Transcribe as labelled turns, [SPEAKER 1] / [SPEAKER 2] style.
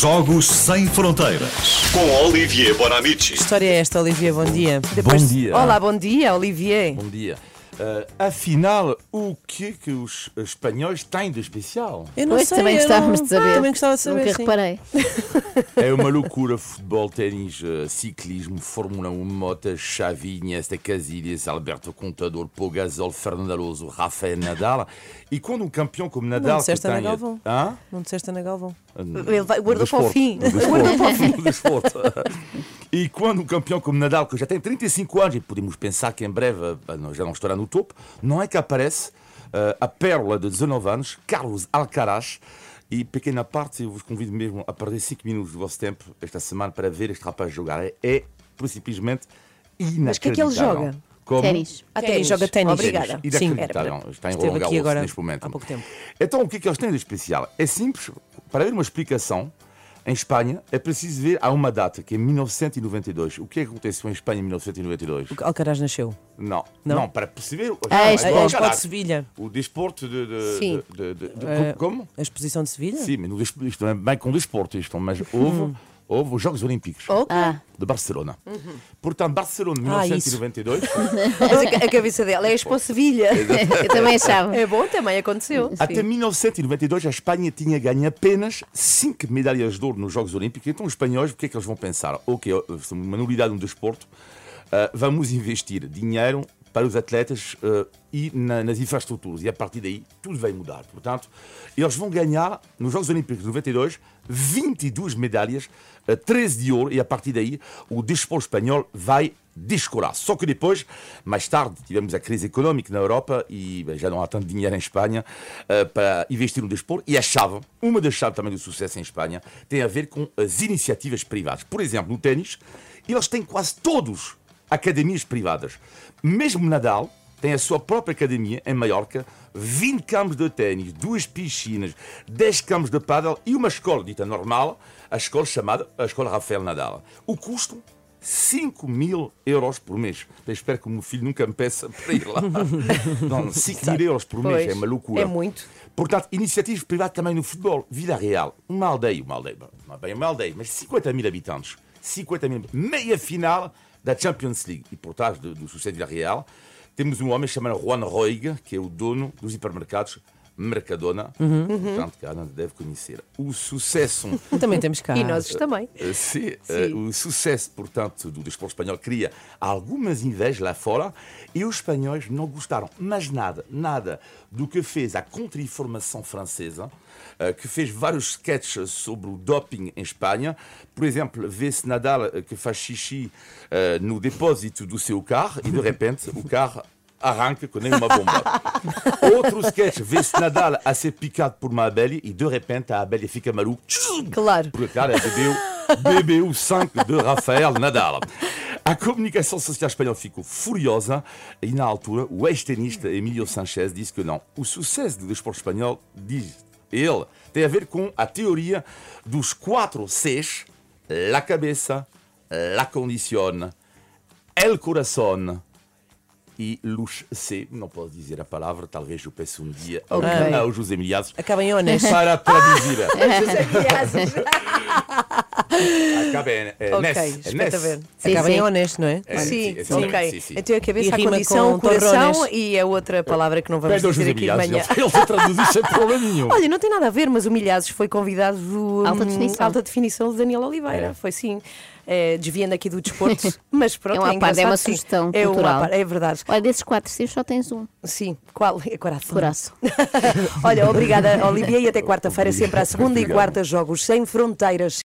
[SPEAKER 1] Jogos Sem Fronteiras com Olivier Bonamici.
[SPEAKER 2] Que história é esta, Olivier? Bom dia.
[SPEAKER 3] Bom dia.
[SPEAKER 2] Olá, bom dia, Olivier.
[SPEAKER 3] Bom dia. Ah, afinal, o que é que os espanhóis têm de especial?
[SPEAKER 2] Eu
[SPEAKER 4] Pois, também
[SPEAKER 2] eu
[SPEAKER 4] gostávamos de saber.
[SPEAKER 2] Também gostava de saber.
[SPEAKER 4] Nunca
[SPEAKER 2] sim.
[SPEAKER 4] reparei.
[SPEAKER 3] É uma loucura: futebol, ténis, eh, ciclismo, Fórmula 1, Mota, Xavi, Iniesta, Casillas, Alberto Contador, Pogazol, Fernando Alonso, Rafael Nadal. E quando um campeão como Nadal. que
[SPEAKER 2] disseste a
[SPEAKER 3] tem-
[SPEAKER 2] Nadal, bom.
[SPEAKER 3] Hã?
[SPEAKER 2] Não disseste Ana Galvão.
[SPEAKER 4] Ele vai- guardou
[SPEAKER 3] Do
[SPEAKER 4] para o
[SPEAKER 3] desporto,
[SPEAKER 4] fim.
[SPEAKER 3] do desporto.
[SPEAKER 4] Guardou para o fim.
[SPEAKER 3] do desporto. E quando um campeão como Nadal, que já tem 35 anos, e podemos pensar que em breve ah, não, já não estará no topo, não é que aparece ah, a pérola de 19 anos, Carlos Alcaraz. E pequena parte, eu vos convido mesmo a perder 5 minutos do vosso tempo esta semana para ver este rapaz jogar. É, é simplesmente inacreditável.
[SPEAKER 2] que é que ele joga?
[SPEAKER 3] Como?
[SPEAKER 4] Ténis.
[SPEAKER 2] Ah,
[SPEAKER 4] Ténis.
[SPEAKER 2] ténis, joga ténis.
[SPEAKER 4] Obrigada.
[SPEAKER 3] Ténis.
[SPEAKER 2] Sim,
[SPEAKER 3] Inacreditável. tá, Está em
[SPEAKER 2] Esteve
[SPEAKER 3] Roland
[SPEAKER 2] aqui
[SPEAKER 3] Garros
[SPEAKER 2] agora
[SPEAKER 3] neste momento.
[SPEAKER 2] há pouco tempo.
[SPEAKER 3] Então, o que é que eles têm de especial? É simples, para ver uma explicação, em Espanha é preciso ver a uma data, que é 1992. O que é que aconteceu em Espanha em 1992?
[SPEAKER 2] Alcaraz nasceu.
[SPEAKER 3] Não,
[SPEAKER 2] Não?
[SPEAKER 3] não, para perceber.
[SPEAKER 4] Ah,
[SPEAKER 3] Ah,
[SPEAKER 4] Expo-
[SPEAKER 3] agora,
[SPEAKER 2] Expo de
[SPEAKER 3] caralho.
[SPEAKER 2] Sevilha.
[SPEAKER 3] O desporto de. de-
[SPEAKER 4] Sim.
[SPEAKER 3] de- de- de-
[SPEAKER 2] Eh,
[SPEAKER 3] como?
[SPEAKER 2] A exposição de Sevilha?
[SPEAKER 3] Sim, mas no des- isto não é bem com desporto, isto, mas
[SPEAKER 2] Hum.
[SPEAKER 3] houve, houve os Jogos Olímpicos
[SPEAKER 4] Ah,
[SPEAKER 3] de Barcelona. Portanto, Barcelona,
[SPEAKER 2] Uhum. Ah, isso.
[SPEAKER 3] 1992.
[SPEAKER 5] Mas a, a cabeça dela é Expo Sevilha.
[SPEAKER 4] eu também achava.
[SPEAKER 5] É bom, também aconteceu.
[SPEAKER 3] Até 1992, a Espanha tinha ganho apenas 5 medalhas de ouro nos Jogos Olímpicos. Então, os espanhóis, o que é que eles vão pensar? Ok, eh, somos uma novidade no desporto, ah, vamos investir dinheiro para os atletas ah, e na- nas infraestruturas. E a partir daí, tudo vai mudar. Portanto, eles vão ganhar, nos Jogos Olímpicos de 92, 22 medalhas, ah, 13 de ouro, e a partir daí, o desporto espanhol vai descolar. Só que depois, mais tarde, tivemos a crise económica na Europa e bem, já não há tanto dinheiro em Espanha eh, para investir no desporto. E a chave, uma das chaves também do sucesso em Espanha, tem a ver com as iniciativas privadas. Por exemplo, no ténis, eles têm quase todos academias privadas. Mesmo Nadal tem a sua própria academia em Maiorca, 20 campos de ténis, duas piscinas, 10 campos de pádel e uma escola dita normal, a escola chamada a Escola Rafael Nadal. O custo 5 mil euros por mês. Eu espero que o meu filho nunca me peça para ir lá. não, 5 mil euros por mês
[SPEAKER 5] Pois,
[SPEAKER 3] é uma loucura.
[SPEAKER 5] é muito.
[SPEAKER 3] Portanto, iniciativas privadas também no futebol. Vida Real, uma aldeia, uma aldeia, não é bem uma aldeia, mas 50 mil habitantes. 50 mil, meia final da Champions League. E por trás do, do sucesso de Vila Real, temos um homem chamado Juan Roig, que é o dono dos hipermercados Mercadona.
[SPEAKER 5] Uhum.
[SPEAKER 3] Portanto, que a Ana deve conhecer. O sucesso
[SPEAKER 2] Também temos cá.
[SPEAKER 5] E nós também.
[SPEAKER 3] Eh, Sim, eh, o sucesso, portanto, do desporto espanhol cria algumas invejas lá fora e os espanhóis não gostaram, mas nada, nada do que fez a contra-informação francesa, eh, que fez vários sketches sobre o doping em Espanha. Por exemplo, vê-se Nadal eh, que faz xixi eh, no depósito do seu carro e de repente o carro arranca com uma bomba. Outro sketch, vê-se Nadal a ser picado por uma abelha e de repente a abelha fica maluca.
[SPEAKER 5] Claro.
[SPEAKER 3] Porque, claro, é bebeu, bebeu o sangue de Rafael Nadal. A comunicação social espanhola ficou furiosa e, na altura, o ex-tenista Emílio Sanchez disse que não. O sucesso do desporto espanhol, diz ele, tem a ver com a teoria dos quatro Cs: la cabeça, la condición, el corazón e luz C. Não posso dizer a palavra, talvez eu peço um dia ao-
[SPEAKER 4] Ok.
[SPEAKER 3] ao José Milhazes
[SPEAKER 2] Acaba em Onas.
[SPEAKER 3] para traduzir. Acaba em é,
[SPEAKER 5] Ok,
[SPEAKER 3] Ness. É
[SPEAKER 5] espeta
[SPEAKER 3] Ness.
[SPEAKER 5] ver.
[SPEAKER 4] Sim,
[SPEAKER 2] Acaba em
[SPEAKER 4] sim.
[SPEAKER 2] Onas, não é?
[SPEAKER 3] É,
[SPEAKER 5] Sim,
[SPEAKER 3] é,
[SPEAKER 5] ok.
[SPEAKER 3] sim, sim.
[SPEAKER 5] Então a
[SPEAKER 2] E
[SPEAKER 5] cabeça, a
[SPEAKER 2] rima
[SPEAKER 5] condição,
[SPEAKER 2] com
[SPEAKER 5] o coração
[SPEAKER 2] torrones.
[SPEAKER 5] e a outra palavra que não vamos
[SPEAKER 3] Pede ao
[SPEAKER 5] dizer
[SPEAKER 3] José
[SPEAKER 5] aqui de
[SPEAKER 3] Milhazes,
[SPEAKER 5] manhã.
[SPEAKER 3] ele, ele se traduzir sem problema nenhum.
[SPEAKER 5] Olha, não tem nada a ver, mas o Milhazes foi convidado do
[SPEAKER 4] Alta
[SPEAKER 5] hum,
[SPEAKER 4] definição.
[SPEAKER 5] alta definição de Daniel Oliveira.
[SPEAKER 3] É.
[SPEAKER 5] Foi sim, Eh, desviando aqui do desporto, mas pronto,
[SPEAKER 4] É um à parte, é
[SPEAKER 5] engraçado,
[SPEAKER 4] uma
[SPEAKER 5] sim.
[SPEAKER 4] sugestão
[SPEAKER 5] é um à
[SPEAKER 4] cultural.
[SPEAKER 5] parte, é verdade.
[SPEAKER 4] Olha, desses quatro seus só tens um.
[SPEAKER 5] Sim, qual? É coração.
[SPEAKER 4] Coraço.
[SPEAKER 5] Olha, obrigada, Olivia, e até quarta-feira, sempre à segunda e
[SPEAKER 3] Obrigado.
[SPEAKER 5] quarta, Jogos Sem Fronteiras.